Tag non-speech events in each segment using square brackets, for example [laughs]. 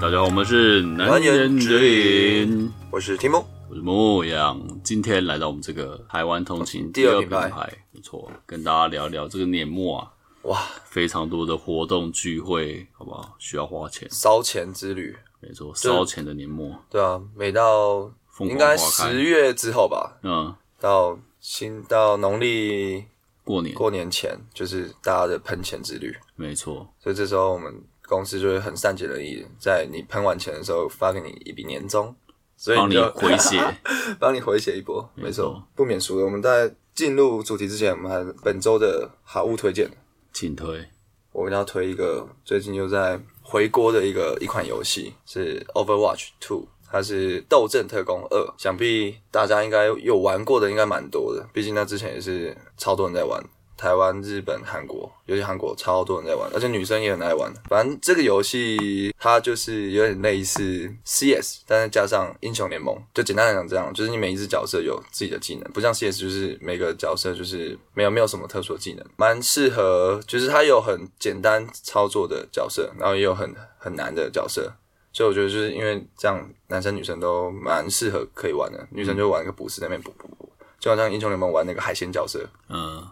大家好，我们是男人人指指引引，我是 Timo，我是牧羊。今天来到我们这个台湾通勤第二品品牌不错，跟大家聊聊这个年末啊，哇，非常多的活动聚会，好不好？需要花钱，烧钱之旅，没错，烧钱的年末，对啊，每到凤应凰该花十开，月之后吧，嗯，到新到农历过年，过年前，就是大家的喷钱之旅，没错，所以这时候我们公司就会很善解人意，在你喷完钱的时候发给你一笔年终，所以帮你你就回血， [laughs] [laughs] 帮你回血一波，没错错，不免俗的。我们在进入主题之前，我们还本周的好物推荐，请推。我们要推一个最近又在回锅的一个一款游戏，是 Overwatch Two，它是《斗阵特工二》，想必大家应该有玩过的应该蛮多的，毕竟那之前也是超多人在玩。台湾、日本、韩国，尤其韩国超多人在玩，而且女生也很爱玩。反正这个游戏它就是有点类似 CS，但是加上英雄联盟。就简单来讲，这样就是你每一只角色有自己的技能，不像 CS 就是每个角色就是没有没有什么特殊的技能，蛮适合。就是它有很简单操作的角色，然后也有很很难的角色。所以我觉得就是因为这样，男生女生都蛮适合可以玩的。女生就玩个补士那边补补补，就好像英雄联盟玩那个海鲜角色。嗯，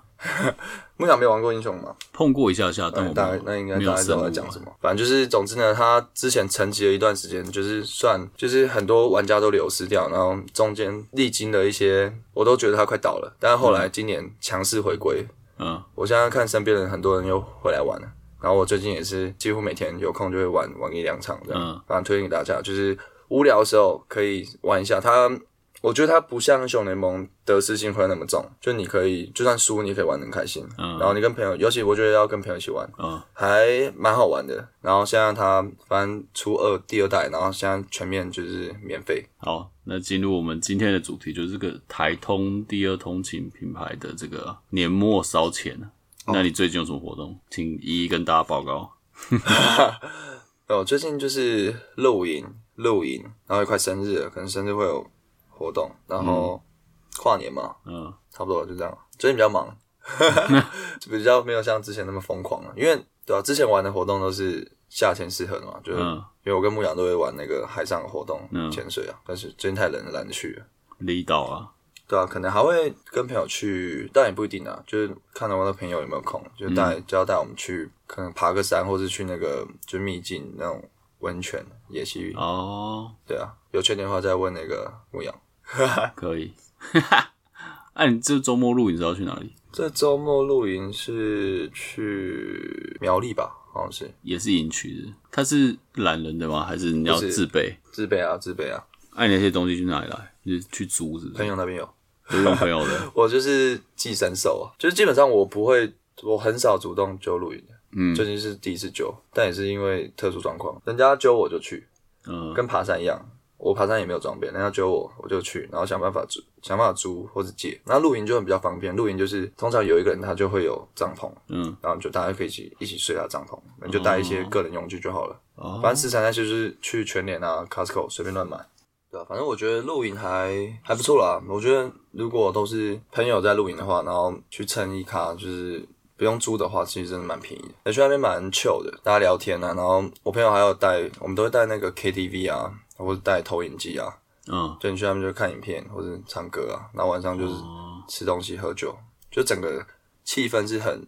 木鸟没有玩过英雄吗？嗯碰过一下下，但我大概没有那应该没大有概知道深我入在讲什么。反正就是，总之呢，他之前沉寂了一段时间，就是算就是很多玩家都流失掉，然后中间历经了一些，我都觉得他快倒了，但是后来今年强势回归，嗯，我现在看身边人很多人又回来玩了。然后我最近也是几乎每天有空就会玩玩一两场这样，嗯反正推荐给大家，就是无聊的时候可以玩一下它。我觉得它不像英雄联盟得失心会那么重，就你可以就算输，你也可以玩得很开心。嗯然后你跟朋友，尤其我觉得要跟朋友一起玩，嗯还蛮好玩的。然后现在它反正出二第二代，然后现在全面就是免费。好，那进入我们今天的主题，就是这个台通第二通勤品牌的这个年末烧钱。啊那你最近有什么活动？请一一跟大家报告。哦，最近就是露营，露营，然后也快生日了，可能生日会有活动，然后跨年嘛，嗯，差不多就这样。最近比较忙， [laughs] 就比较没有像之前那么疯狂了，因为对啊，之前玩的活动都是夏天适合的嘛，就是、嗯因为我跟牧羊都会玩那个海上的活动，嗯潜水啊，但是最近太冷了，懒得去了。离岛啊，对啊，可能还会跟朋友去，但也不一定啊。就是看我的朋友有没有空，就带、就要带我们去，可能爬个山，或是去那个就秘境那种温泉、野溪浴。哦，对啊，有确定的话再问那个牧羊。可以。 [laughs] 哎、你这周末录影是要去哪里？这周末露营是去苗栗吧？好像是也是营区的，它是懒人的吗？还是你要不是自备？自备啊，自备啊，哎、你那些东西去哪里来？你是去租是不朋是？友那边有。都用朋友 [laughs] 的。我就是寄生兽啊，就是基本上我不会，我很少主动揪露营的。嗯最近是第一次揪，但也是因为特殊状况，人家揪我就去。嗯跟爬山一样，我爬山也没有装备，人家揪我我就去，然后想办法租，想办法租或者借。那露营就很比较方便，露营就是通常有一个人他就会有帐篷，嗯，然后你就大家可以一起一起睡他的帐篷，你就带一些个人用具就好了。哦，反正食材那些就是去全联啊、Costco 随便乱买。对啊，反正我觉得露营还还不错啦。我觉得如果都是朋友在露营的话，然后去蹭一咖，就是不用租的话，其实真的蛮便宜的。而去那边蛮 chill 的，大家聊天啊。然后我朋友还有带，我们都会带那个 KTV 啊，或者带投影机啊。嗯，就你去那边就看影片或者唱歌啊，然后晚上就是哦，吃东西喝酒，就整个气氛是很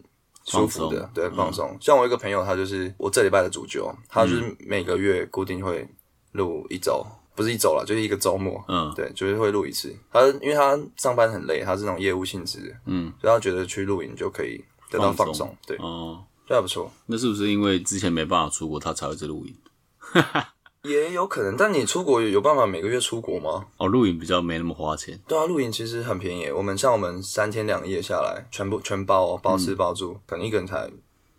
舒服放的松，嗯对，放松。像我一个朋友，他就是我这礼拜的主角，他嗯就是每个月固定会录一周，不是一周了，就是一个周末，嗯对，就是会录一次。他因为他上班很累，他是那种业务性质的，嗯，所以他觉得去露营就可以得到放放松松，对，哦，这还不错。那是不是因为之前没办法出国，他才会在露营？也有可能，但你出国有有办法每个月出国吗？哦，露营比较没那么花钱。对啊，露营其实很便宜。我们像我们三天两夜下来，全部全包、哦，包吃包住，可能一个人才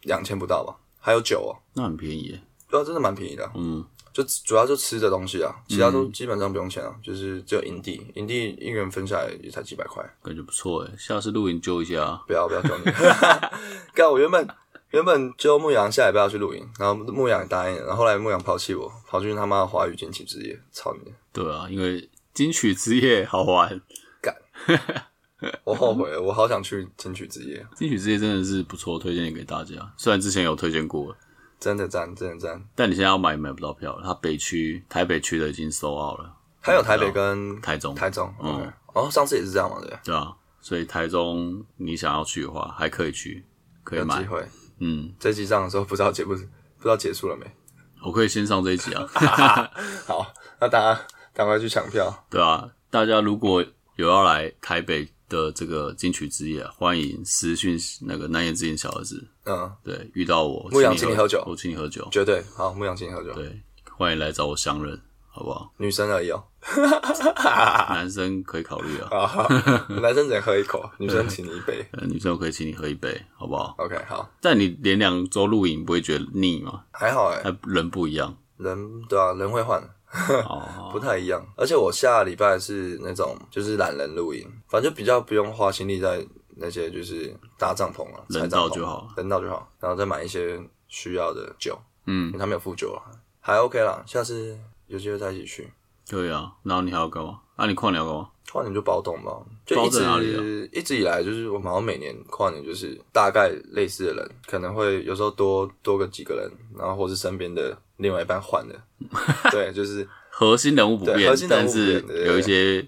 两千不到吧，还有酒哦。那很便宜耶，对啊，真的蛮便宜的啊、嗯，就主要就吃的东西啊，其他都基本上不用钱啊，就是只有营地，营地一个人分下来也才几百块。感觉不错哎，下次露营揪一下，不要不要求你，干我原本原本就牧羊下礼拜要去露营，然后牧羊也答应了，然后后来牧羊抛弃我，跑去他妈的华语金曲之夜，操你！对啊，因为金曲之夜好玩，我后悔了，我好想去金曲之夜。金曲之夜真的是不错，推荐给大家。虽然之前有推荐过，真的赞，真的赞。但你现在要买买不到票了，它北区、台北区的已经 sold out 了，还有台北跟台中台中，嗯嗯，哦，上次也是这样嘛，对不对，对啊，所以台中你想要去的话，还可以去，可以有机买。会。嗯，这集上的时候不知道结不不知道结束 [laughs] 了没？我可以先上这一集啊。 [laughs] 好，那大家赶快去抢票。对啊，大家如果有要来台北的这个金曲之夜啊、欢迎私讯那个难言之隐小儿子，嗯，对，遇到我，牧羊请请你喝酒我请你喝酒，绝对好。牧羊请你喝酒，对，欢迎来找我相认，好不好？女生而已哦。男生可以考虑啊，[laughs] 啊，好男生只能喝一口，女生请你一杯。呃女生我可以请你喝一杯，好不好？ OK，好，但你连两周露营不会觉得腻吗？还好哎、那人不一 [laughs] 样人对啊，人会换，哦，不太一样。而且我下礼拜是那种就是懒人露营，反正就比较不用花心力在那些就是搭帐篷啊，人拆帐道篷就好，人道就好，然后再买一些需要的酒，因嗯，为他们有附酒啊，还 OK 啦。下次有机会再一起去，对啊。然后你还要干嘛？啊，你跨年要干嘛？跨年就包栋吧，就包一在直、哪里啊一直以来就是我们好像每年跨年就是大概类似的人，可能会有时候多多个几个人，然后或是身边的另外一半 [laughs] 换的，对，就是核心人物不对变核，心人但物不变是对对对有一些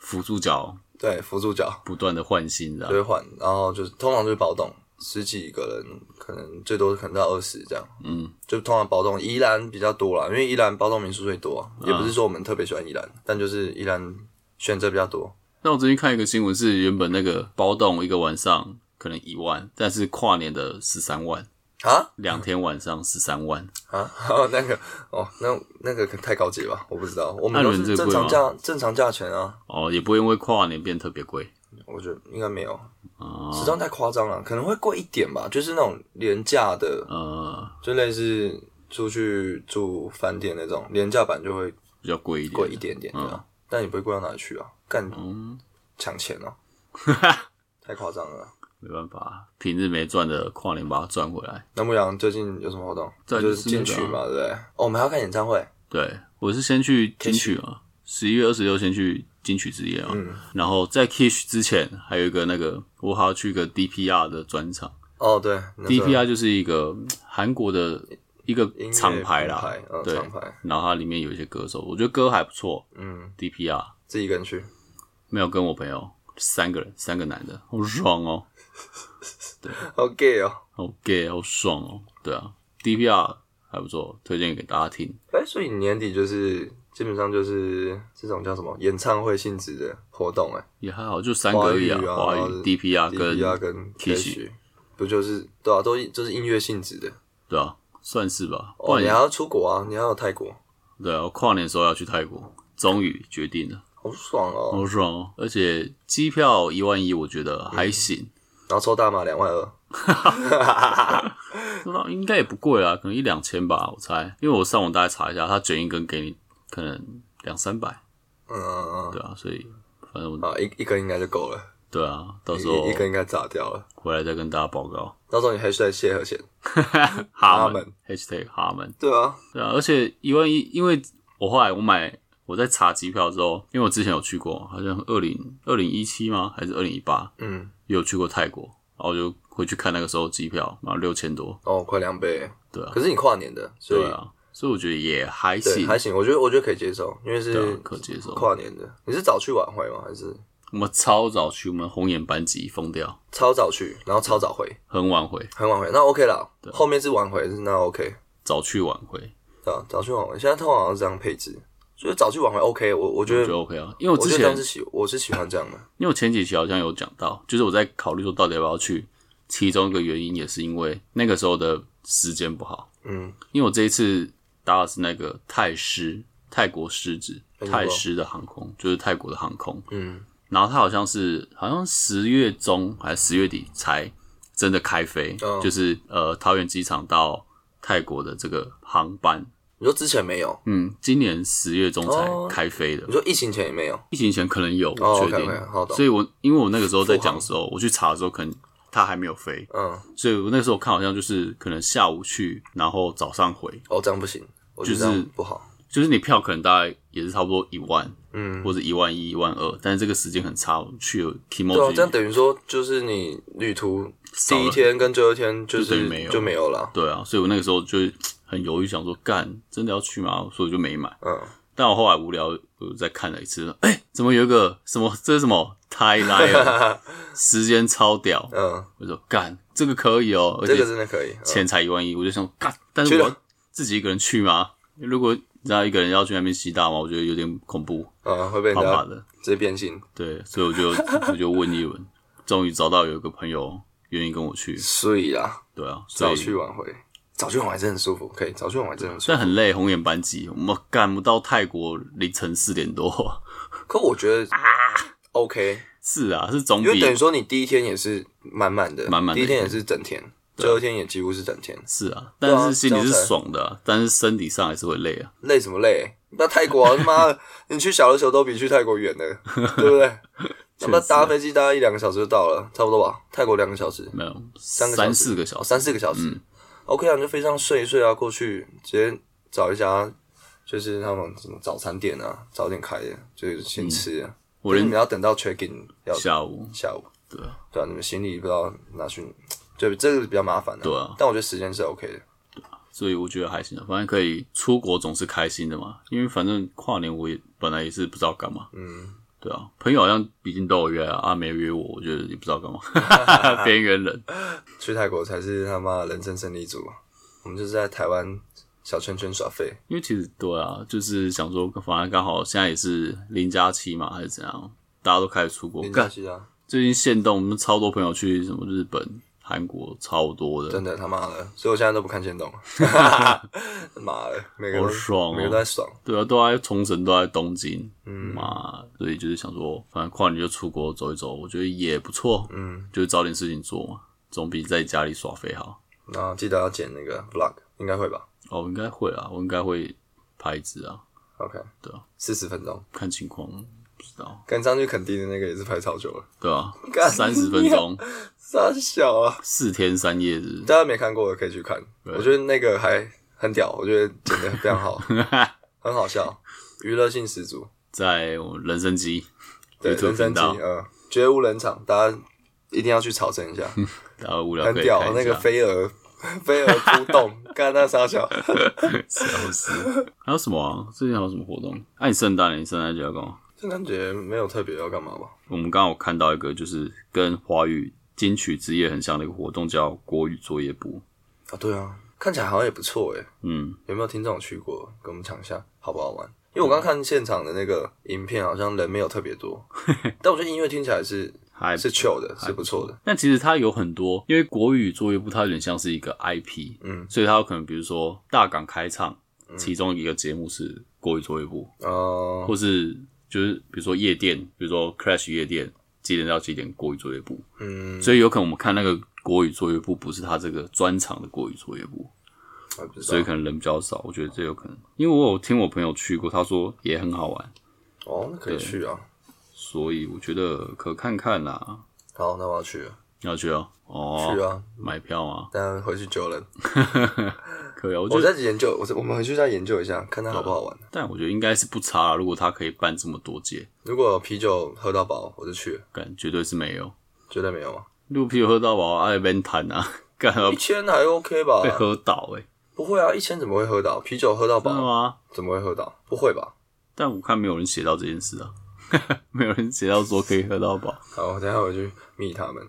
辅助角对辅助角不断的换新的啊就。会换，然后就是通常就是包栋十几个人，可能最多可能到二十这样，嗯，就通常包栋宜兰比较多啦，因为宜兰包栋民宿最多、啊，也不是说我们特别喜欢宜兰，但就是宜兰选择比较多，那我最近看一个新闻是，原本那个包栋一个晚上可能一万，但是跨年的十三万，啊两天晚上十三万，啊， [laughs] 哦那个哦，那那个可太高级了吧，我不知道，我那们都你们是这正贵常吗价正常价钱啊，哦，也不会因为跨年变特别贵我觉得应该没有，啊。实在太夸张了，可能会贵一点吧，就是那种廉价的，呃，就类似出去住饭店那种廉价版就会比较贵一点，贵一点点的、嗯但也不会贵到哪里去啊，干嗯，抢 [laughs] 钱哦、太夸张了。没办法，平日没赚的跨年把它赚回来。那牧羊最近有什么活动？再就就是是那个金啊曲嘛，对不对？哦，我们还要看演唱会，对，我是先去金曲啊，十一月二十六先去金曲之夜啊，嗯，然后在 Kish 之前还有一个那个，我还要去一个 DPR 的专场哦，对那时候，DPR 就是一个嗯韩国的一个音乐厂牌啦品牌，嗯，对，厂牌，然后它里面有一些歌手，我觉得歌还不错嗯， ，DPR 自己一个人去，没有跟我朋友三个人，三个男的，好爽哦，好 gay 哦。好 gay，好爽哦，对啊，DPR 还不错，推荐给大家听。哎、所以年底就是基本上就是这种叫什么演唱会性质的活动、哎。也还好，就三个而已啊，华语啊华然后语是 DPR 跟 DPR 跟 Kish Kish，不就是对啊，都就是音乐性质的。对啊，算是吧。不哦，然你也、还要出国啊？你还要泰国，对啊，我跨年的时候要去泰国，终于决定了，好爽哦！好爽哦！而且机票一万一，我觉得嗯还行，然后抽大麻两万二， [laughs] 那、应该也不贵啊，可能一两千吧，我猜。因为我上网大概查一下，他卷一根给你可能两三百，嗯嗯嗯对啊，所以反正我嗯，啊，一一根应该就够了，对啊，到时候一一根应该炸掉了。回来再跟大家报告。 [laughs] 到时候你还需要谢和弦，哈们们 #hashtag 哈们对啊，对啊，而且一万一，因为我后来我买我在查机票之后，因为我之前有去过，好像二零二零一七吗？还是二零一八嗯，有去过泰国，然后我就回去看那个时候机票，然后六千多，哦，快两倍，对啊可是你跨年的，所以对啊，所以我觉得也还对行，还行，我觉得我觉得可以接受，因为对是啊，可接受。跨年的。你是早去晚回吗？还是我们超早去，我们红眼班级疯掉，超早去，然后超早回，很晚回，很晚回？那 OK 啦，啊后面是晚回，那 OK。早去晚回，对啊，早去晚回，现在通常是这样配置，所以早去晚回 OK，我我觉我得觉得 OK 啊。因为我嗯我之觉得这前样是喜，我是喜欢这样的。因为我前几期好像有讲到，就是我在考虑说到底要不要去，其中一个原因也是因为那个时候的时间不好。嗯，因为我这一次搭的是那个泰狮，泰国狮子，没听过泰狮的航空，就是泰国的航空。嗯，然后它好像是好像十月中还是十月底才真的开飞，哦就是呃桃园机场到泰国的这个航班。你说之前没有，嗯，今年十月中才开飞的，你说疫情前也没有，疫情前可能有，我哦确定。 ，OK，OK，好懂所以我因为我那个时候在讲的时候，我去查的时候，可能它还没有飞，嗯，所以我那时候看好像就是可能下午去，然后早上回，哦，这样不行，我觉得就这是样不好。就是你票可能大概也是差不多一万，嗯，或者一万一、一万二，但是这个时间很差，我去了 k i m 对啊 o，这样 j 等于说就是你旅途少了第一天跟最后一天就就等于是没有就没有了。对啊，所以我那个时候就很犹豫，想说干真的要去吗？所以我就没买。嗯，但我后来无聊，我再看了一次，哎、怎么有一个什么？这是什么？太来了，时间超屌！ [laughs] 嗯，我说干，这个可以哦、而这且个真的可以。嗯钱才一万一，我就想干，但去是了我自己一个人去吗？如果你知道一个人要去那边吸大麻，我觉得有点恐怖，嗯，会被人怕怕家的。直接变性。对，所以我就我就问一问，终于找到有一个朋友愿意跟我去，所以啦，对啊，所早以去晚回，早去晚回真的很舒服。可以，早去晚回真的很舒但很累，红眼班机，我们赶不到泰国凌晨四点多。服。可我觉啊得 OK，是啊，是总因为比等于说你第一天也是满满的，满满的第一天也是整天，最后一天也几乎是整天，是啊，对啊但是心里这是样才爽的啊、但是身体上还是会累啊。累什么累？那泰国、啊、他妈 [laughs] 的，你去小琉球都比去泰国远呢，对不对？他妈啊搭飞机搭一两个小时就到了，差不多吧？泰国两个小时，没有三个小时三四个小哦，时，三四个小时。OK 嗯啊，你就飞机上睡一睡啊，过去直接找一家，就是他们什么早餐店啊，早点开的，就是先吃啊。嗯我因为连你要等到 check in 要下午下午，对对啊，你们行李不知道拿去，就这个是比较麻烦的、对啊但我觉得时间是 OK 的。所以我觉得还行啊，反正可以出国总是开心的嘛，因为反正跨年我也本来也是不知道干嘛，嗯，对啊，朋友好像毕竟都有约啊，啊没约我，我觉得也不知道干 [laughs] 嘛， [laughs] 边缘人，去泰国才是他妈的人生胜利组，我们就是在台湾小圈圈耍废。因为其实对啊，就是想说，反正刚好现在也是零加七嘛，还是怎样，大家都开始出国林，嘉干，熙啊，最近限动，我们超多朋友去什么日本、韩国，超多的，真的他妈的，所以我现在都不看 [laughs] 电动， [laughs] 妈的，每个好人爽哦每个都在爽。对啊，都在冲绳，都在东京，嗯嘛，所以就是想说，反正跨年就出国走一走，我觉得也不错，嗯，就是找点事情做嘛，总比在家里耍废好。然后记得要剪那个 vlog，应该会吧哦，我应该会啊，我应该会拍子啊， ？OK，对啊，四十分钟，看情况，不知道，跟上去垦丁的那个也是拍超久了，对 [laughs] 啊干，三十分 [laughs] 钟，傻小啊！四天三夜日，大家没看过的可以去看，我觉得那个还很屌，我觉得剪的非 [laughs] 常好，很好笑，娱乐性十足。在我人生机，对， YouTube 人生频道级，嗯，绝无人场，大家一定要去朝圣一 [laughs] 下，大家无聊很啊可以屌啊看，一那个下。飞蛾， [laughs] 飞蛾扑动，干那傻小，笑死！还有什么啊？最近还有什么活动？哎、你圣诞，你圣诞节要干嘛？圣诞节没有特别要干嘛吧？我们刚刚有看到一个，就是跟华语金曲之夜很像的一个活动，叫国语作业部。啊，对啊，看起来好像也不错诶，嗯，有没有听众去过？跟我们讲一下好不好玩？因为我刚看现场的那个影片，好像人没有特别 [laughs] 多，但我觉得音乐听起来是还是 chill 的，是不错的。但其实它有很多，因为国语作业部它有点像是一个 IP，嗯，所以它有可能比如说大港开唱，其中一个节目是国语作业部，哦、或是就是比如说夜店，比如说 Crash 夜店几点到几点国语作业部，嗯，所以有可能我们看那个国语作业部不是他这个专场的国语作业部，我也不知所以道。可能人比较少，我觉得这有可能，因为我有听我朋友去过，他说也很好玩。哦，那可以去啊。所以我觉得可看看啦、好，那我要去了，你要去哦，哦，去啊，买票啊，但回去揪人。可以啊。我觉我得，再研究，我再我们回去再研究一下，看它好不好玩。但我觉得应该是不差、啊。如果他可以办这么多届，如果啤酒喝到饱，我就去了，干绝对是没有。绝对没有啊。鹿皮有喝到饱，爱边谈啊，干要一千还 OK 吧被？喝倒 [laughs] 哎、欸，不会啊，一千怎么会喝到？啤酒喝到真的饱吗？怎么会喝到？不会吧？但我看没有人写到这件事啊， [laughs] 没有人写到说可以喝到饱。好，我等一下回去密他们。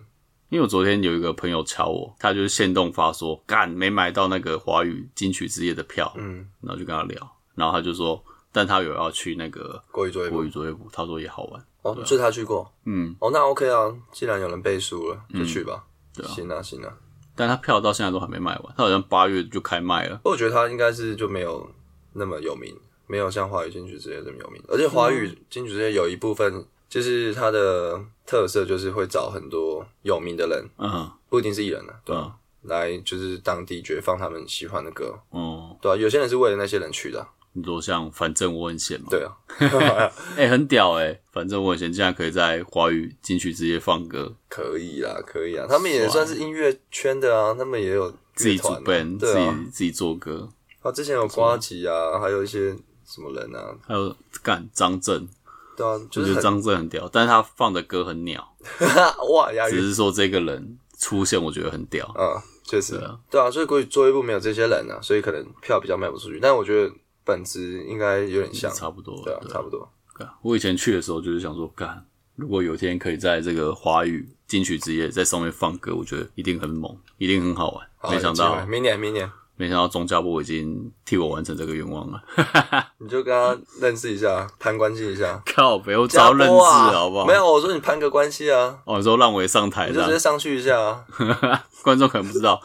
因为我昨天有一个朋友敲我，他就是现动发说，干没买到那个华语金曲之夜的票，嗯，然后就跟他聊，然后他就说，但他有要去那个过于作业国语作业部，他说也好玩。哦，就他去过。嗯，哦，那 OK 啊，既然有人背书了，就去吧。行啊，行啊。但他票到现在都还没卖完，他好像八月就开卖了。我觉得他应该是就没有那么有名，没有像华语金曲之夜这么有名。而且华语金曲之夜有一部分就是它的特色，就是会找很多有名的人，嗯，不一定是艺人啊，对对啊啊，来就是当 DJ 放他们喜欢的歌，哦、对啊，有些人是为了那些人去的啊，你说像反正我很闲嘛，对啊，哎、很屌哎、反正我很闲，竟然可以在华语进去直接放歌，可以啦，可以啊，他们也算是音乐圈的啊，他们也有自己乐组团啊 band，、自对啊，己自己做歌，啊，之前有瓜吉啊，还有一些什么人啊，还有干张震，对啊，就我觉是得很张震很屌，但是他放的歌很鸟， [laughs] 哇押只韵，是说这个人出现，我觉得很屌。啊，确实对啊，对啊，所以过去做一部没有这些人啊，所以可能票比较卖不出去。但我觉得本质应该有点像，差不多，对啊，对差不多。干我以前去的时候就是想说，干，如果有一天可以在这个华语金曲之夜在上面放歌，我觉得一定很猛，一定很好玩。好没想有机到啊啊会，明年明年没想到钟家波已经替我完成这个愿望了。 [laughs] 你就跟他认识一下，攀关系一下。靠北，我早认识啊，了好不好？没有，我说你攀个关系啊，哦，你说让我也上台你这就直接样，上去一下啊。观众可能不知道，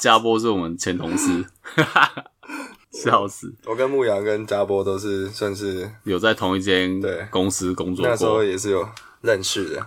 家波是我们前同事， [laughs] 笑死，我跟牧羊跟嘉波都是算是有在同一间对公司工作那时候过，也是有认识 [laughs] 的，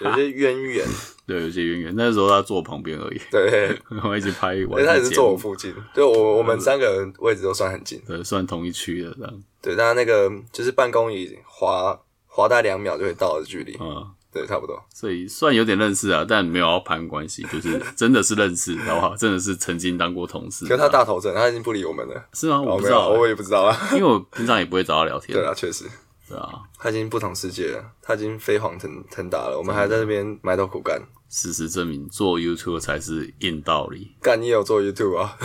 有些渊源。对，有些渊源。那时候他坐我旁边而已，对，我们一起拍因完哎为他也的是节坐我目，附近，就我我嗯们三个人位置都算很近。对，算同一区的这样，对，但他那个就是办公椅滑滑大两秒就会到的距离，嗯。对，差不多。所以算有点认识啊，但没有要攀关系，就是真的是认识，好不好？真的是曾经当过同事。啊可是他大头症，他已经不理我们了。是嗯吗？我哦，不没知有，道欸、嗯我也不知道啊。因为我平常也不会找他聊天。 [laughs] 对啊，确实，对啊，他已经不同世界了，他已经飞黄腾腾达了。我们还在那边埋头苦干。事实证明，做 YouTube 才是硬道理。干，你有做 YouTube 啊？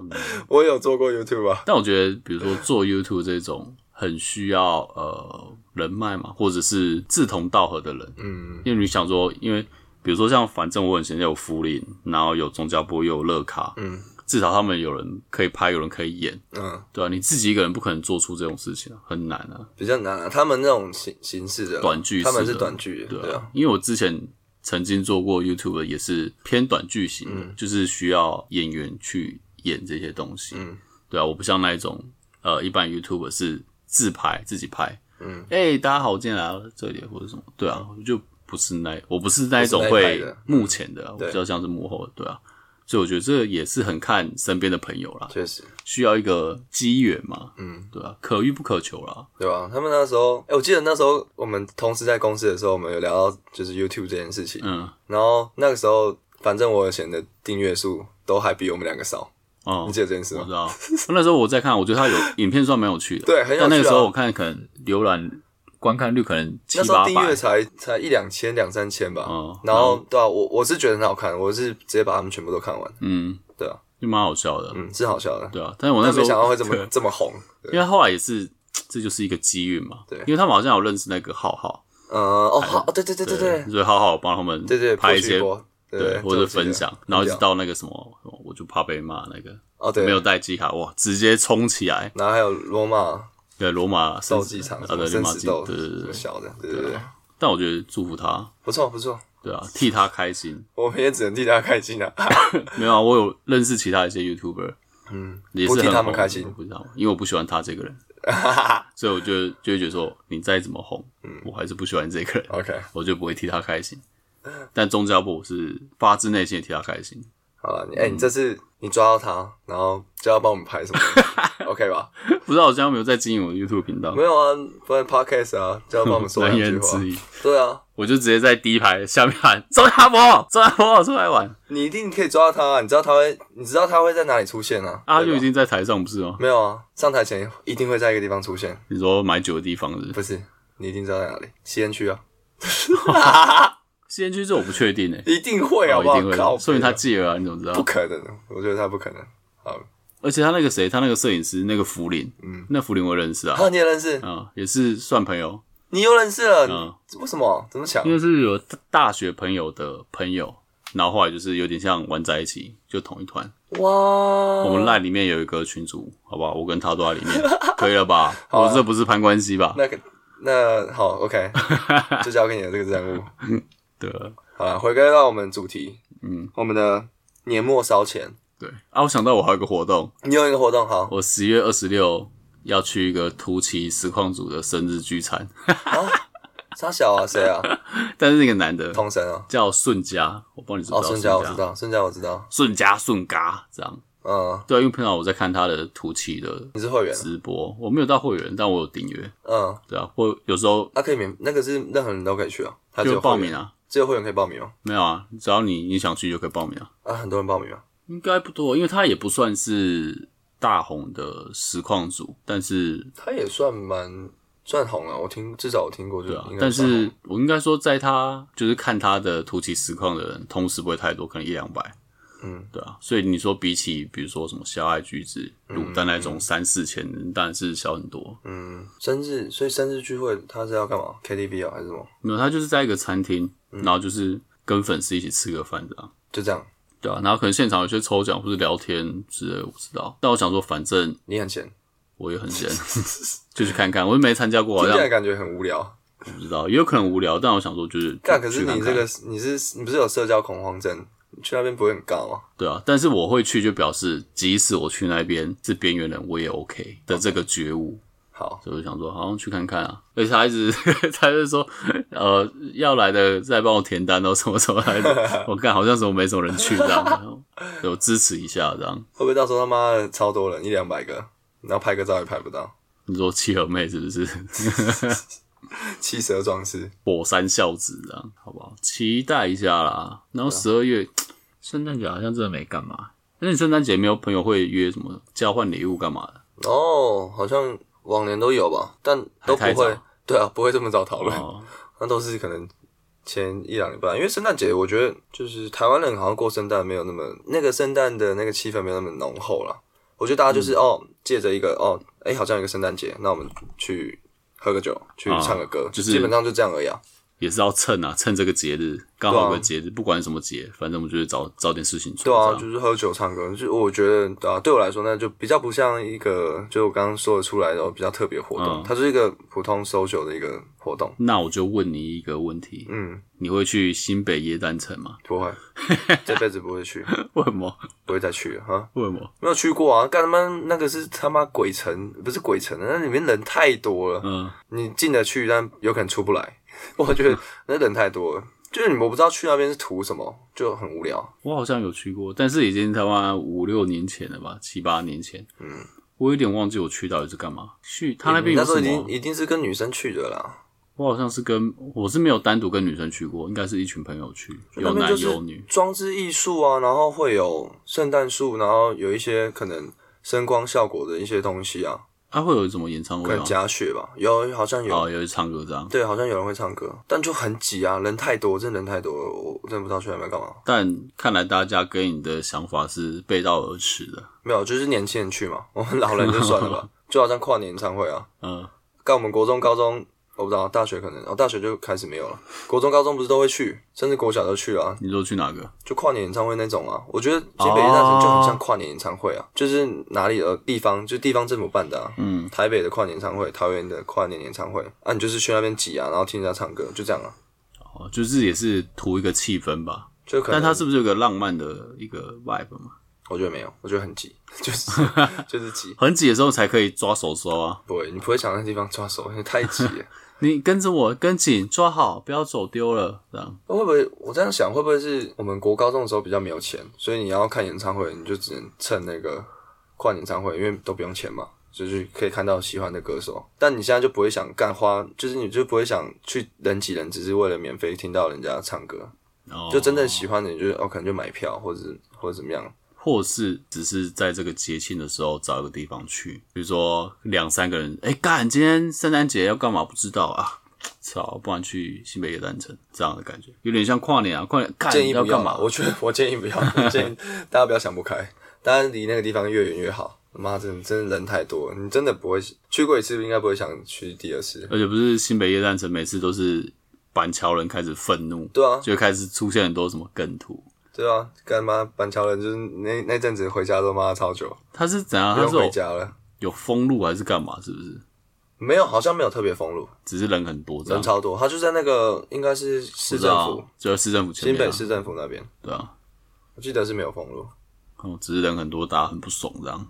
嗯 [laughs] 我有做过 YouTube 啊。但我觉得，比如说做 YouTube 这种很需要呃人脉嘛，或者是志同道合的人，嗯，因为你想说，因为比如说像反正我很闲，有福林，然后有宗教波，又有乐卡，嗯，至少他们有人可以拍，有人可以演，嗯，对啊，你自己一个人不可能做出这种事情啊，很难啊。比较难啊。他们那种形形式的短剧式他的们是短剧，对对啊啊，，因为我之前曾经做过 YouTube，也是偏短剧型嗯的，就是需要演员去演这些东西。嗯，对啊，我不像那一种呃，一般 YouTube 是自拍自己拍。嗯，哎、大家好，我今天来到这里或者什么，对啊，我就不是那，我不是那一种不是那一派会的幕前的啊，我对比较像是幕后的，对啊。所以我觉得这也是很看身边的朋友啦，确实，需要一个机缘嘛，嗯，对啊，可遇不可求啦，对吧、他们那时候，哎、我记得那时候我们同时在公司的时候，我们有聊到就是 YouTube 这件事情。嗯，然后那个时候，反正我以前的订阅数都还比我们两个少，哦、你记得这件事我吗知？道， [laughs] 那时候我在看，我觉得他有影片算蛮有趣的，对很有趣啊但那个时候我看可能浏览观看率可能七那时八候订百阅，才才一两千、两三千吧。嗯然后对啊，我我是觉得很好看，我是直接把他们全部都看完。嗯，对啊，就蛮好笑的，嗯，是好笑的。对啊。但是我那但时候没想到会这么对这么红。对因为后来也是，这就是一个机遇嘛，对因为他们好像有认识那个浩浩，呃，哦，好，哦对对对对对所以浩浩有帮他们对对，拍一破些去过对对，或者这我记得分享，然后一直很屌到那个什么，我就怕被骂那个。哦对，没有带机卡哇，直接冲起来！然后还有罗马对罗马斗技场啊，什对么罗生马死竞斗，对对对什么对。啊小的，对对对，但我觉得祝福他，不错不错，对啊，替他开心。我们也只能替他开 [laughs] 心了。 [laughs] 没有啊，我有认识其他一些 YouTuber，嗯，也是不很替他们红开心不知道，因为我不喜欢他这个 [laughs] 人，所以我就就会觉得说，你再怎么红，嗯我还是不喜欢这个人， OK， [laughs] 我就不会替他开心。但宗教部我是发自内心的替他开心，好了，你哎，你这嗯次你抓到他，然后就要帮我们拍 [laughs] 什么？OK 吧？不知道我现在有没有在经营我的 YouTube 频道没，有啊，不然 Podcast 啊，就要帮 [laughs] 我们说两人句言话之。意，对啊，我就直接在第一排下面喊周亚博，周亚博出来玩你一定可以抓到他啊，你知道他会，你知道他会在哪里出现啊？啊，对吧就已经在台上不是吗？没有啊，上台前一定会在一个地方出现，你说买酒的地方是不是不是？你一定知道在哪里？吸烟区啊，吸烟区这我不确 [laughs] 定诶、一定会好我不哦一好定？啊靠会，说明他戒了啊，你怎么知道不？可能，我觉得他不可能。好，而且他那个谁，他那个摄影师那个福林，嗯，那福林我认识啊，啊，你也认识，嗯，也是算朋友，你又认识了，嗯你为什么？怎么想因？为是有大学朋友的朋友，然后后来就是有点像玩在一起，就同一团。哇，我我们 line 里面有一个群组，好不好？我跟他都在里面，可以了吧？好啊我这不是攀关系吧？那个那好，OK，[laughs] 就交给你的这个任务。对好了，回归到我们主题，嗯，我们的年末烧钱，对啊！我想到我还有一个活动，你有一个活动，好，我十月二十六要去一个突奇实况组的生日聚餐，沙小啊，谁 [laughs] 啊？但是那个男的通神啊，叫顺家，我不知道你知不哦，知道孙顺家家？我知道，孙家我知道，顺家顺嘎这样。嗯，对啊，因为平常我在看他的突奇的你是会员，啊直播，我没有到会员，但我有订阅。嗯，对啊，或有时候他可以免，那个是任何人都可以去哦，他只就有报会员名，啊，只有会员可以报名哦，没有啊，只要你你想去就可以报名啊，啊，很多人报名啊，应该不多，因为他也不嗯算是大红的实况组，但是他也算蛮算红啊了，我听至少我听过就对啊应该算红，。哦但是我应该说，在他就是看他的突击实况的人，同时不会太多，可能一两百。嗯，对啊，所以你说比起比如说什么小爱橘子、卤蛋那种三四千人，当然是小很多。嗯，生日，所以生日聚会他是要干嘛？KTV 啊，还是什么？没有，他就是在一个餐厅，嗯然后就是跟粉丝一起吃个饭这样。就这样，对啊，然后可能现场有些抽奖或是聊天之类，我不知道。但我想说，反正你很闲，我也很 [laughs] 闲，就去看看。我也没参加过，好听像起来感觉很无聊。不知道，也有可能无聊。但我想说，就是干，啊可是去看你看这个你是你不是有社交恐慌症？你去那边不会很尬吗？对啊，但是我会去，就表示即使我去那边是边缘人，我也 OK 的这个觉悟。好，所以我想说，好像去看看啊。而且他一直 [laughs] 他就说，呃，要来的再帮我填单哦，什么什么来的。 [laughs] 我看好像什么没什么人去这样，有支持一下这样。会不会到时候他妈的超多人，一两百个，然后拍个照也拍不到，你说契合妹是不是？ [laughs] 气蛇装饰。火山孝子这样，好不好？期待一下啦。然啊后十二月圣诞节好像真的没干嘛。那你圣诞节没有朋友会约什么交换礼物干嘛 [laughs] 的？哦，好像往年都有吧，但都不还太会早。对啊，不会这么早讨论，哦，那都是可能前一两礼拜。因为圣诞节，我觉得就是台湾人好像过圣诞没有那么那个圣诞的那个气氛没有那么浓厚了。我觉得大家就是、嗯哦，借着一个哦，哎、好像有一个圣诞节，那我们去喝个酒，去啊唱个歌，就是基本上就这样而已啊。也是要趁啊，趁这个节日，刚好有对个啊节日，不管什么节，反正我们就是找找点事情做。对啊，这样就是喝酒唱歌，就我觉得对啊，对我来说那就比较不像一个，就我刚刚说的出来的哦比较特别活动，嗯它就是一个普通 social 的一个活动。那我就问你一个问题，嗯，你会去新北耶诞城吗？ [laughs] 不会，这辈子不会去，为什么？不会再去了哈。为什么？没有去过啊，干他妈那个是他妈鬼城，不是鬼城，啊那里面人太多了，嗯，你进得去，但有可能出不来。 [laughs] 我觉得那人太多了，就是你我不知道去那边是图什么，就很无聊。我好像有去过，但是已经他妈五六年前了吧，七八年前。嗯，我有点忘记我去到底是干嘛。去他那边你有那时候什已经么？一定是跟女生去的啦，我好像是跟我是没有单独跟女生去过，应该是一群朋友去，有那边男就是有女。装置艺术啊，然后会有圣诞树，然后有一些可能声光效果的一些东西啊，啊，会有什么演唱可会能吗？假雪吧，有好像有，哦，有去唱歌这样。对，好像有人会唱歌，但就很挤啊，人太多，真的人太多了，我我真的不知道去那边干嘛。但看来大家跟你的想法是背道而驰的。没有，就是年轻人去嘛， [laughs] 我们老人就算 [laughs] 了吧，就好像跨年演唱会啊，嗯，干我们国中、高中，我不知道，大学可能，哦，大学就开始没有了，国中、高中不是都会去，甚至国小都去了、啊，你说去哪个？就跨年演唱会那种啊，我觉得新北夜大城就很像跨年演唱会啊，就是哪里的地方，就地方政府办的啊，哦嗯，台北的跨年演唱会，桃园的跨年演唱会，啊，你就是去那边挤啊，然后听人家唱歌，就这样啊，哦，就是也是图一个气氛吧。就可能，但它是不是有个浪漫的一个 vibe 嘛？我觉得没有，我觉得很挤， [laughs] 就是 [laughs] 就是挤，很挤的时候才可以抓手手啊！不会，你不会想那地方抓手，因为太挤了。你跟着我，跟紧，抓好，不要走丢了。这样会不会我这样想，会不会是我们国高中的时候比较没有钱，所以你要看演唱会，你就只能趁那个跨年演唱会，因为都不用钱嘛，就是可以看到喜欢的歌手。但你现在就不会想干花，就是你就不会想去人挤人，只是为了免费听到人家唱歌。哦就真正喜欢的，你就哦，可能就买票，或者是或者怎么样。或是只是在这个节庆的时候找一个地方去，比如说两三个人，哎、干，今天圣诞节要干嘛？不知道啊， [laughs] 操，不然去新北野诞城这样的感觉，有点像跨年啊，跨年干建议要不要干嘛嘛，？ [laughs] 我觉得我建议不要，我建议大家不要想不开，大家离那个地方越远越好。妈，真的真的人太多了，你真的不会去过一次，应该不会想去第二次。而且不是新北夜诞城每次都是板桥人开始愤怒，对啊，就开始出现很多什么梗图。对啊，干妈板桥人就是那那阵子回家都妈超久，他是怎样？不他啊用是哦回有家了。有封路还是干嘛？是不是？没有，好像没有特别封路，只是人很多这人样。超多。他就在那个应该是市不知政道府，就是市政府前新面、啊。北市政府那边，对啊，我记得是没有封路，嗯，只是人很多，大家很不爽这样。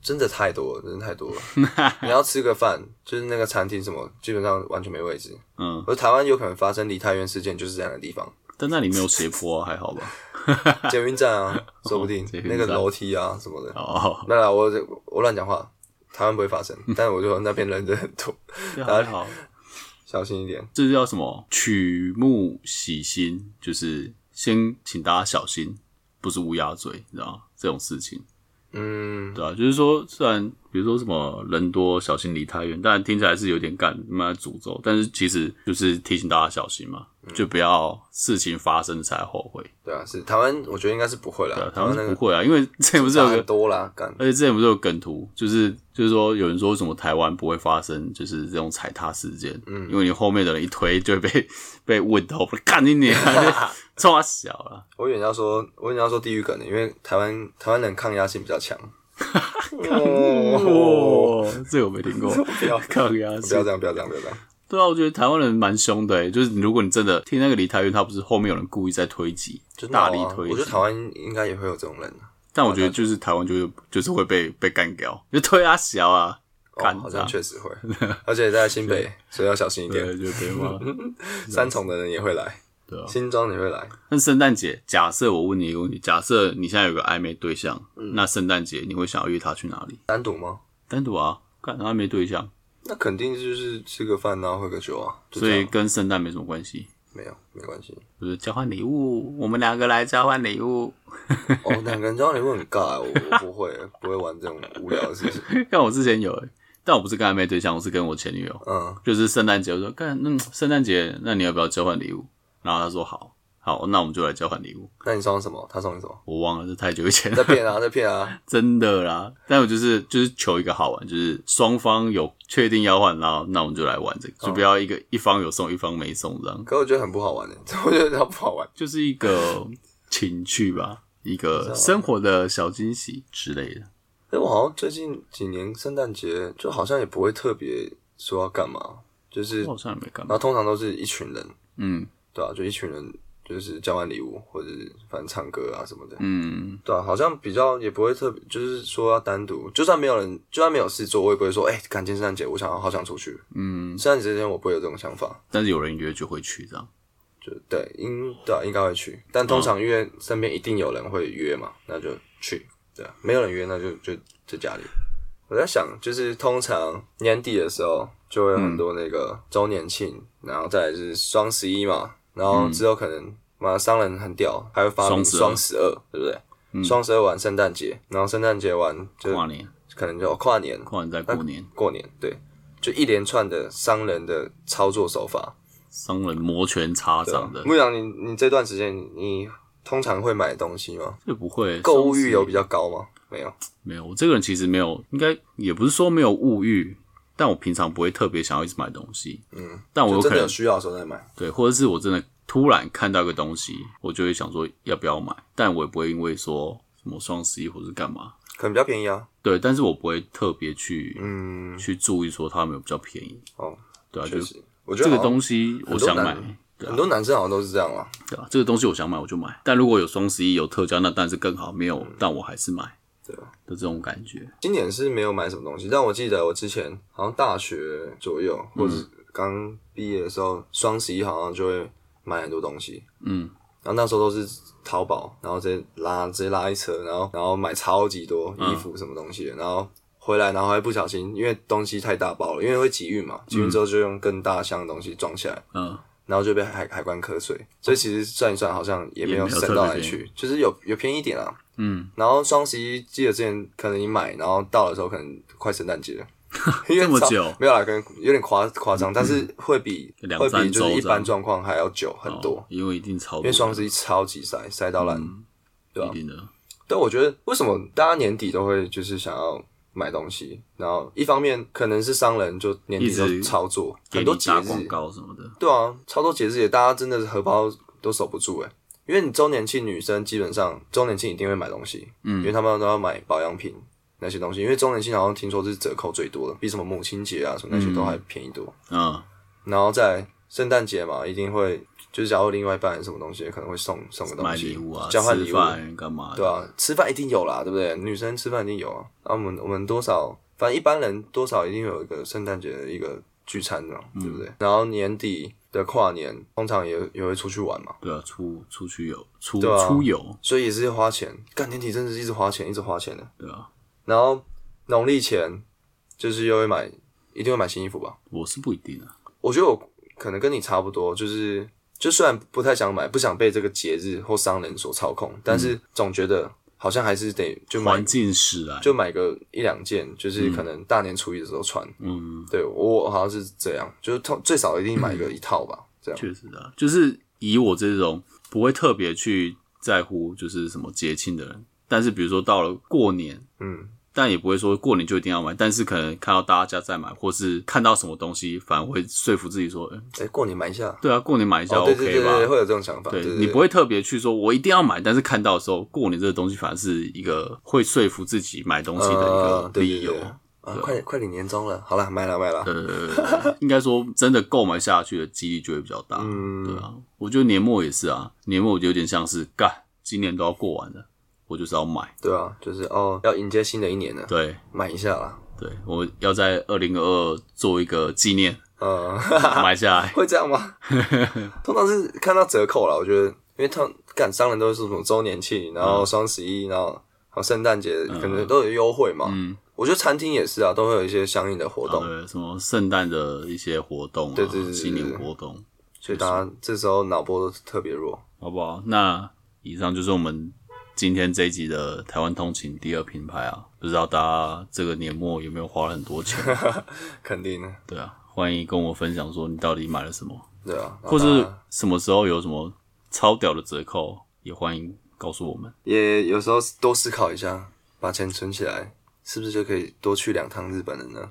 真的太多了，真的 [laughs] 太多了。你要吃个饭，就是那个餐厅什么，基本上完全没位置。嗯，而台湾有可能发生梨泰院事件，就是这样的地方，但那里没有斜坡、啊，还好吧？ [laughs] 捷运站啊，说不定哦捷运那个站楼梯啊什么的。哦，没有啦，我我乱讲话，台湾不会 [laughs] 发生，但我就说那边人真的很多，这啊还好。小心一点。这叫什么？曲目喜新，就是先请大家小心，不是乌鸦嘴，你知道吗？这种事情。嗯，对啊，就是说，虽然比如说什么人多小心离太远，当然听起来是有点干妈诅咒，但是其实就是提醒大家小心嘛，就不要事情发生才后悔。对啊，是台湾，我觉得应该是不会对啊啦，，台湾那是个不会 [laughs] 啊，因为之前不是有差个很多啦，干而且之前不是有梗图，就是就是说有人说为什么台湾不会发生就是这种踩踏事件，嗯，因为你后面的人一推就会被被问到，不是干你 [laughs] 你啊，抓小啊了，我原要说，我原要说地狱梗的，因为台湾台湾人抗压性比 [laughs] 较强。哦，哦，这个我没听 [laughs] 过，不要 [laughs] 抗压不要性这。样，不要这样，不要这样。对啊，我觉得台湾人蛮凶的、欸，就是如果你真的听那个离台院，他不是后面有人故意在推挤，真的大啊力推我觉挤得。台湾应该也会有这种人啊，但我觉得就是台湾就是就是会被被干掉，就推啊小啊，干哦，好这样像确实 [laughs] 会，而且在新北，所以要小心一点。对，就被骂。三重的人也会来，对啊新庄也会来，那圣诞节，假设我问你一个问题，假设你现在有个暧昧对象，嗯那圣诞节你会想要约他去哪里？单独吗？单独啊，干暧昧对象，那肯定就是吃个饭啊，喝个酒啊，就所这以样。跟圣诞没什么关系，没有没关系。就是交换礼物，我们两个来交换礼物。 [laughs] 哦，两个人交往你会很尬，我我不会不会玩这种无聊的事情。像我之前有、欸，但我不是跟暧昧对象，我是跟我前女友，嗯，就是圣诞节，我说干，嗯，圣诞节，那你要不要交换礼物？然后她说好，好，那我们就来交换礼物。那你送什么？他送你什么？我忘了，这太久以前了在骗啊，在骗啊！真的啦，但我就是就是求一个好玩，就是双方有确定要换，然后那我们就来玩这个，哦就不要一个一方有送一方没送这样，可我觉得很不好玩诶，欸 [laughs] 我觉得它不好玩。就是一个情趣吧，一个生活的小惊喜之类的。因为哎我好像最近几年圣诞节就好像也不会特别说要干嘛，就是我好然像也没干嘛，后通常都是一群人，嗯对啊，就一群人就是交换礼物或者是反正唱歌啊什么的，嗯，对啊，好像比较也不会特别，就是说要单独，就算没有人，就算没有事做，我也不会说，哎、赶今天圣诞节，我想要好想出去。嗯，圣诞节这天我不会有这种想法，但是有人约就会去这样，就对，应对、啊、应该会去，但通常因为身边一定有人会约嘛，那就去，对、啊，没有人约那就就在家里。我在想，就是通常年底的时候就会有很多那个周年庆，然后再来就是双十一嘛，然后之后可能嘛商人很屌，还会发明双双十二，对不对？双十二完圣诞节，然后圣诞节完就跨年可能就哦跨年，跨年再过年，过年对，就一连串的商人的操作手法，商人摩拳擦掌的，啊牧羊，你你这段时间你通常会买东西吗？这不会购物欲有比比较高吗？没有，没有，我这个人其实没有，应该也不是说没有物欲，但我平常不会特别想要一直买东西，嗯，但我有就可真的能有需要的时候再买。对，或者是我真的突然看到一个东西，我就会想说要不要买，但我也不会因为说什么双十一或是干嘛，可能比较便宜啊。对，但是我不会特别去、嗯，去注意说它有没有比较便宜，哦，对啊，就确是实，我觉这个得好像东西啊我想买很多，男很多男生好像都是这样啊。对啊，这个东西我想买我就买，但如果有双十一有特价，那当然是更好，没有，但我还是买，嗯对啊的这种感觉，今年是没有买什么东西，但我记得我之前好像大学左右或者是刚毕业的时候，双十一好像就会买很多东西。嗯，然后那时候都是淘宝，然后直接拉直接拉一车，然后然后买超级多衣服什么东西的，然后回来然后还不小心，因为东西太大包了，因为会集运嘛，集运之后就用更大箱的东西装起来，嗯、然后就被海海关课税，所以其实算一算好像也没也没有有省特到别哪里便宜去，就是有有便宜一点啊。嗯，然后双十一记得之前可能你买，然后到的时候可能快圣诞节 [laughs] 了。因为这么超久嗯没有啦，可能有点夸夸张，但是会比两会三比就是周一这样般状况还要久很多哦，嗯因为一定超多因为的，双十一超级塞，塞到烂。对啊一定的，但我觉得为什么大家年底都会就是想要买东西，然后一方面可能是商人就年一底直都操作给很你多节打广日，告什么的，对啊，超多节日也大家真的是荷包都守不住诶、因为你周年庆女生基本上周年庆一定会买东西，嗯，因为他们都要买保养品那些东西，因为周年庆好像听说是折扣最多的，比什么母亲节啊什么那些都还便宜多。嗯。然后在圣诞节嘛，一定会就是假如另外一半什么东西可能会送送个东买西，礼物啊，交换礼吃物，饭干嘛的？对啊，吃饭一定有啦，对不对？女生吃饭一定有啊。那、我们我们多少，反正一般人多少一定有一个圣诞节的一个聚餐嘛，对嗯不对？然后年底的跨年，通常也也会出去玩嘛，对啊，出出去游，出、对啊出游，所以也是花钱。干年底真的是一直花钱，一直花钱的。对啊，然后农历前就是又会买，一定会买新衣服吧？我是不一定啊，我觉得我可能跟你差不多，嗯就是就虽然不太想买，不想被这个节日或商人所操控，但是总觉得好像还是得就买环境啊使然，就买个一两件，就是可能大年初一的时候穿。嗯，对我好像是这样，就是通最少一定买个一套吧，这样。确实啊，就是以我这种不会特别去在乎就是什么节庆的人，但是比如说到了过年，嗯，但也不会说过年就一定要买，但是可能看到大家在买，或是看到什么东西，反而会说服自己说，欸哎，过年买一下。对啊，过年买一下哦，对对 OK 对对，吧。会有这种想法。对，对你不会特别去说，我一定要买，但是看到的时候，过年这个东西反而是一个会说服自己买东西的一呃个对理由。对对啊，快点快点，年终了，好了，买了买了。呃，应该说真的购买下去的几率就会比较大。对嗯，啊，我觉得年末也是啊，年末我就有点像是干，今年都要过完了，我就是要买。对啊，就是哦，要迎接新的一年了，对买一下啦。对，我要在二零二二做一个纪念， [laughs] 嗯，买下来。会这 [laughs] 样吗？通常是看到折扣啦，我觉得，因为通干商人都是什么周年庆，然嗯后双十一，然后还有圣诞节，可能都有优惠嘛。嗯，我觉得餐厅也是啊，都会有一些相应的活动，对，什么圣诞的一些活动啊，对对对对新年活动，所以大家这时候脑波都特别弱。好不好？那以上就是我们今天这一集的台湾通勤第二品牌啊，不知道大家这个年末有没有花了很多钱？肯定的，对啊，欢迎跟我分享说你到底买了什么。对啊，或然后是大家什么时候有什么超屌的折扣，也欢迎告诉我们。也有时候多思考一下，把钱存起来，是不是就可以多去两趟日本了 [laughs] 呢？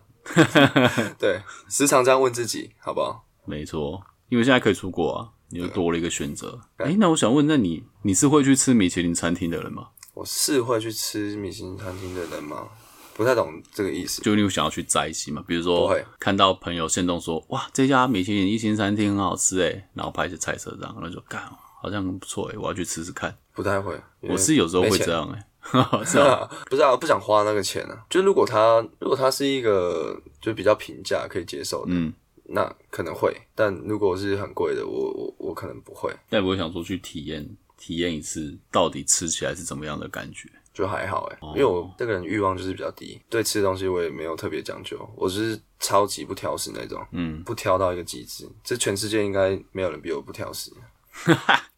对，时常这样问自己，好不好？没错，因为现在可以出国啊，你就多了一个选择。哎、那我想问，那你你是会去吃米其林餐厅的人吗？我是会去吃米其林餐厅的人吗？不太懂这个意思。就你有想要去摘星嘛？比如不说会看到朋友现动说，哇，这家米其林一星餐厅很好吃哎、然后拍一些菜色这样，然后就干，好像很不错哎、我要去吃吃看。不太会，因为我是有时候没会钱这样哎、 [laughs] 是啊，啊，不是啊，不想花那个钱啊。就如果他如果他是一个就比较平价可以接受的，嗯，那可能会；但如果是很贵的，我我我可能不会，但我想说去体验体验一次，到底吃起来是怎么样的感觉。就还好哦哎、因为我这个人欲望就是比较低，对吃的东西我也没有特别讲究，我就是超级不挑食那种，嗯，不挑到一个极致。这全世界应该没有人比我不 [laughs] 挑食，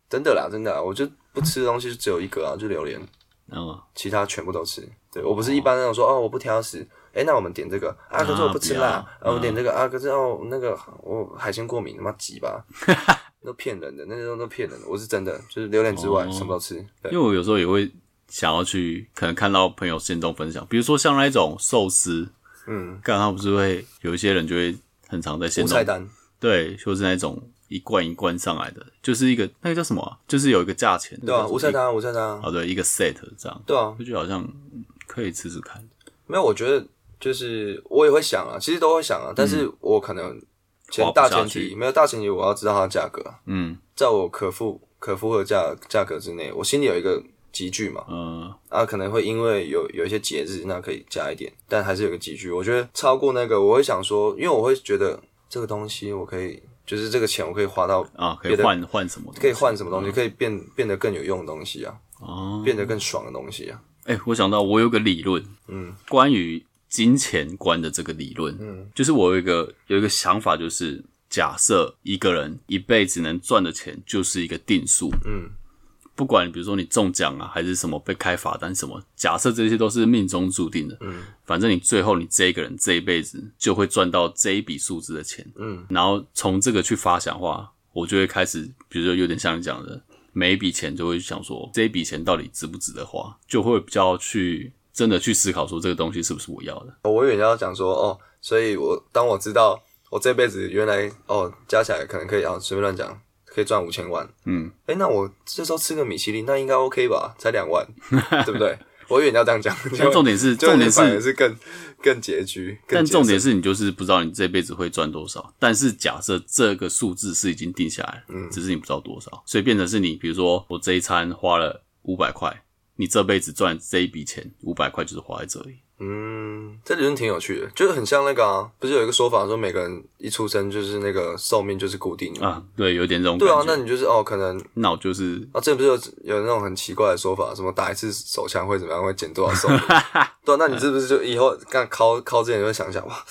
真的啦，真的啦，我就不吃的东西就只有一个啊，就榴莲。然后其他全部都吃。对我不是一般那种说哦我不挑食，哎、那我们点这个啊，可是我不吃辣，啊不要嗯我点这个啊，可是哦那个我海鲜过敏，他妈鸡 [laughs] 巴，都骗人的，那种都骗人的，我是真的就是榴莲之哦外、什么都吃。对因为我有时候也会想要去，可能看到朋友现动分享，比如说像那一种寿司，嗯，干他不是会有一些人就会很常在现无菜动，单，对，就是那种一罐一罐上来的，就是一个那个叫什么啊、就是有一个价钱，对啊，无菜单，单啊，无菜单啊，哦对，一个 set 这样，对啊，我觉得好像嗯可以试试看，没有，我觉得就是我也会想啊，其实都会想啊，但是我可能前嗯花不大下前提去没有大前提，我要知道它的价格，嗯在我可负可负荷价价格之内，我心里有一个集聚嘛。呃，啊，可能会因为有有一些节日，那可以加一点，但还是有个集聚。我觉得超过那个，我会想说，因为我会觉得这个东西我可以，就是这个钱我可以花到，啊，可以别的换嗯换什么东西？啊可以换什么东西，可以变变得更有用的东西啊，哦，变得更爽的东西啊。哎、我想到我有个理论，嗯，关于金钱观的这个理论，嗯，就是我有一个有一个想法，就是假设一个人一辈子能赚的钱就是一个定数，嗯，不管比如说你中奖啊，还是什么被开罚单什么，假设这些都是命中注定的，嗯，反正你最后你这一个人这一辈子就会赚到这一笔数字的钱，嗯，然后从这个去发想的话，我就会开始，比如说有点像你讲的，每一笔钱就会想说这一笔钱到底值不值得花，就会比较去真的去思考说这个东西是不是我要的。我以为你要讲说，哦，所以我当我知道我这辈子原来哦加起来可能可以啊，随便乱讲，可以赚五千万。嗯，哎、那我这时候吃个米其林，那应该 OK 吧？才两万，对不对？ [laughs] 我以为你要这样讲，但重点是，就重点反而是，是更更拮据，更但节省重点是你就是不知道你这辈子会赚多少。但是假设这个数字是已经定下来了，嗯，只是你不知道多少，所以变成是你，比如说我这一餐花了五百块，你这辈子赚这一笔钱五百块就是花在这里。嗯，这理论挺有趣的，就是很像那个啊，不是有一个说法说每个人一出生就是那个寿命就是固定的。啊，对，有点这种感对啊，觉。那你就是哦，可能那我就是啊，这不是有有那种很奇怪的说法，什么打一次手枪会怎么样，会减多少寿 [laughs] 命？对啊，那你是不是就以后干敲敲之前就会想想哇，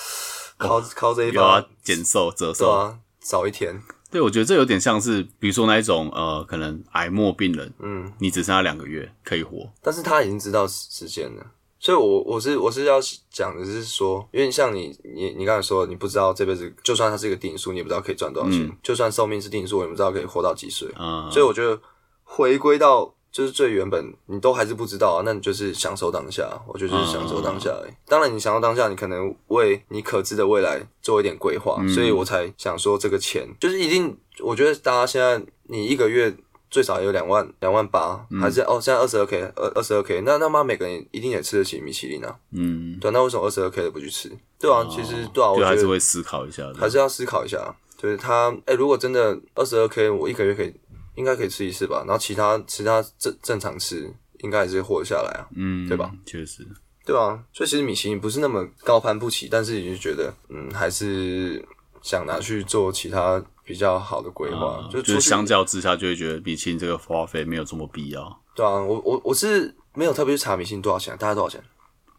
敲敲这一有啊把，，减瘦折对寿，啊，少一天，对，我觉得这有点像是，比如说那一种呃，可能癌末病人，嗯，你只剩下两个月可以活，但是他已经知道时间了，所以我我是我是要讲的是说，因为像你你你刚才说，你不知道这辈子就算它是一个定数，你也不知道可以赚多少钱，就算寿命是定数，我也不知道可以活到几岁，嗯、所以我觉得回归到。就是最原本你都还是不知道、啊，那你就是享受当下。我觉得就是享受当下、嗯而已。当然，你享受当下，你可能为你可知的未来做一点规划，嗯所以我才想说这个钱就是一定。我觉得大家现在你一个月最少有两万两万八，嗯还是哦，现在二十二 k 二二十二 k，那他妈每个人一定也吃得起米其林啊。嗯，对啊，那为什么二十二 k 的不去吃？对啊，其实对啊，我就哦觉还是得会思考一下的。还是要思考一下。就是他，哎、如果真的二十二 k，我一个月可以应该可以吃一次吧，然后其他其他正正常吃，应该还是活得下来啊。嗯，对吧？确实，对啊，所以其实米其林不是那么高攀不起，但是你就觉得，嗯，还是想拿去做其他比较好的规划，啊就就是出是去相较之下，就会觉得米其林这个花费没有这么必要，对啊，我我我是没有特别去查米其林多少钱，大概多少钱？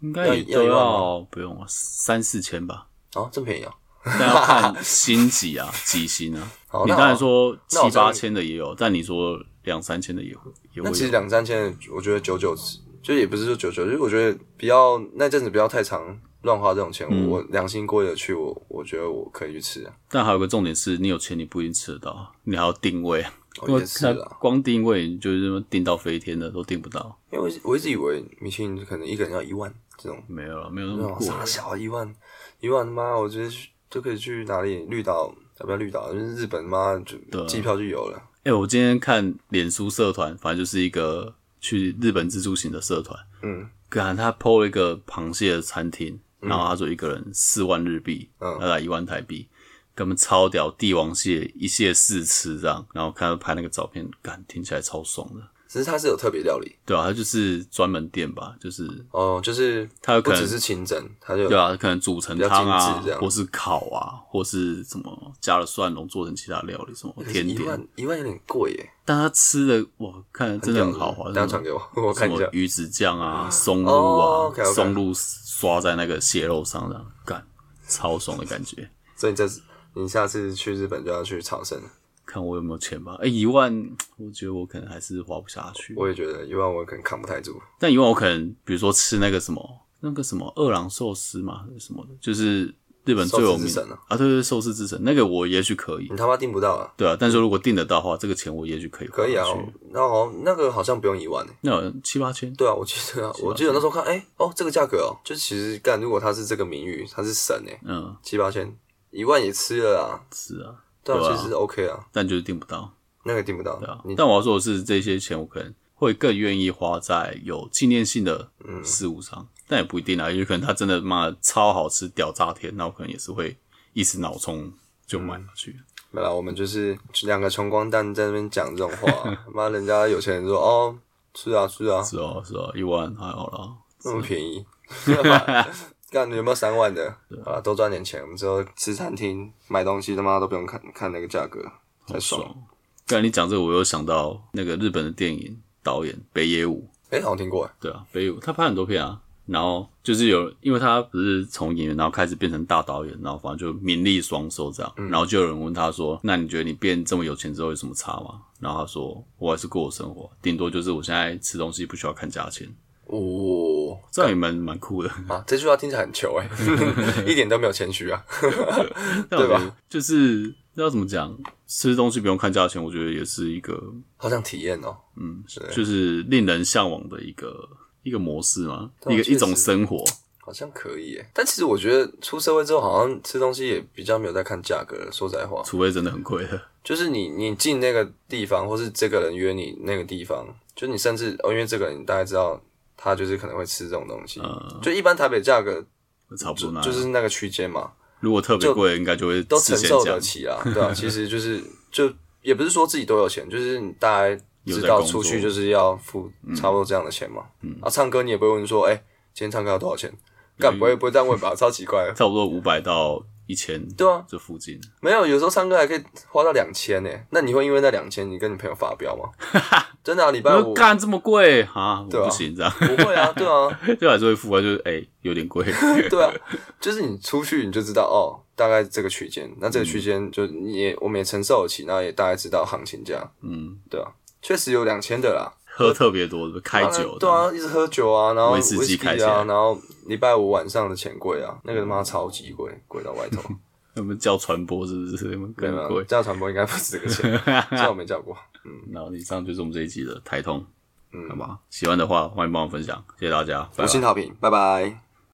应该也要都要一万要不用啊，三四千吧，哦，这么便宜啊！但要看星级啊，几星啊。好，你哦那刚才说那我七这样八千的也有，但你说两三千的也会也那会其实有，两三千，我觉得九九就也不是说九九，就是我觉得不要那阵子不要太常乱花这种钱，嗯我我良心过意得去，我我觉得我可以去吃啊。但还有个重点是你有钱你不一定吃得到，啊你还要定位。哦因为也是啊，光定位你就是定到飞天的都定不到，因为我一直我一直以为米其林可能一个人要一万这种，没有了，没有那那么种贵。傻小啊一万一万他妈，我觉得就可以去哪里绿岛，要不要绿岛？就是日本妈就啊机票就有了。哎、我今天看脸书社团，反正就是一个去日本自助型的社团，嗯，看他 PO 了一个螃蟹的餐厅，然后他说一个人四万日币，嗯大概一万台币，根本超屌，帝王蟹一蟹四吃这样，然后看他拍那个照片，感听起来超爽的。只是它是有特别料理对啊，他就是专门店吧，就是哦，就是他有不可只能是清蒸，它就有对啊，可能煮成汤比较精啊致这，样或是烤啊，或是什么加了蒜蓉做成其他料理，什么甜一点。万一万有点贵耶，但他吃的我看真的很豪华，大家什传么给我，我什看一么下。鱼子酱啊、松露哦啊、 ，OK，OK 松露刷在那个蟹肉上，这样干超爽的感觉。所以你这次你下次去日本就要去朝圣了。看我有没有钱吧。哎、一万，我觉得我可能还是花不下去。我也觉得一万我可能扛不太住。但一万我可能，比如说吃那个什么，那个什么二郎寿司嘛，什么的，就是日本最有寿司名之神啊啊，对对对，寿司之神那个我也许可以你，他妈订不到啊？对啊，但是如果订得到的话，这个钱我也许可以花可以啊下去，那好像那个好像不用一万诶、那好像七八千，对啊，我记得啊，我记得那时候看，哎、哦，这个价格哦，就其实干，如果他是这个名誉，他是神诶、嗯，七八千，一万也吃了啊。是啊，对啊，对啊其实 OK 啊，但就是订不到，那个订不到。对啊你。但我要说的是，这些钱我可能会更愿意花在有纪念性的嗯事物上，但也不一定啊，有可能它真的妈的超好吃，屌炸天，那我可能也是会一时脑冲就买嗯下去。没啦，我们就是两个穷光蛋在那边讲这种 [laughs] 话，妈，人家有钱人说哦，是啊是啊，是哦，是哦，一万还好啦。那么便 [laughs] 宜，啊干你有没有三万的？好了，多赚点钱，我们之后吃餐厅买东西他妈都不用看看那个价格，太爽了。爽。刚才你讲这个，我又想到那个日本的电影导演北野武，哎、好像听过欸，对啊，北野武他拍很多片啊，然后就是有，因为他不是从演员，然后开始变成大导演，然后反正就名利双收这样，嗯然后就有人问他说：“那你觉得你变这么有钱之后有什么差吗？”然后他说：“我还是过我生活，顶多就是我现在吃东西不需要看价钱，哦，这样也蛮蛮酷的， [laughs] 啊，这句话听起来很糗 [laughs] 哎、一点都没有谦虚啊。对吧？就是要怎么讲，吃东西不用看价钱，我觉得也是一个好想体验哦、嗯，就是令人向往的一个一个模式嘛，对啊一个确实一种生活。好像可以耶、但其实我觉得出社会之后，好像吃东西也比较没有在看价格了。说实在话，除非真的很贵的，就是你你进那个地方，或是这个人约你那个地方，就是你甚至哦，因为这个人你大概知道他就是可能会吃这种东西，就一般台北价格差不多那样。就是那个区间嘛，如果特别贵，应该就会都嗯事承先受讲得。起啦，对啊，其实就是就也不是说自己多有钱，就是你大概知道出去就是要付嗯差不多这样的钱嘛。啊，唱歌你嗯也不会问说，哎、今天唱歌要多少钱？干不会不会这样问吧？超奇怪的，差不多五百到一千， [laughs] 对啊这附近，没有，有时候唱歌还可以花到两千呢。那你会因为那两千，你跟你朋友发 [laughs] 飙吗？真的啊，礼拜那五干这么贵啊，我对啊不行这样， [laughs] 不会啊，对啊，就还是会付啊，就是哎、有点贵， [laughs] [laughs] 对啊，就是你出去你就知道哦，大概这个区间，那这嗯个区间就你也我们也承受得起，那也大概知道行情价，嗯，对啊，确实有两千的啦，喝特别多的开当酒然的，对啊，一直喝酒啊，然后威士忌开起 whisky 来啊，然后礼拜五晚上的钱柜啊，那个他妈超级贵，贵到外头，那么叫传播是不是？那么没有没 [laughs] 更有，贵。叫传播应该不止这个 [laughs] 钱，这样我没叫过，然后以上就是我们这嗯一集的台通，好吧？喜欢的话欢迎帮我分享，谢谢大家，拜五拜星。好评，拜拜。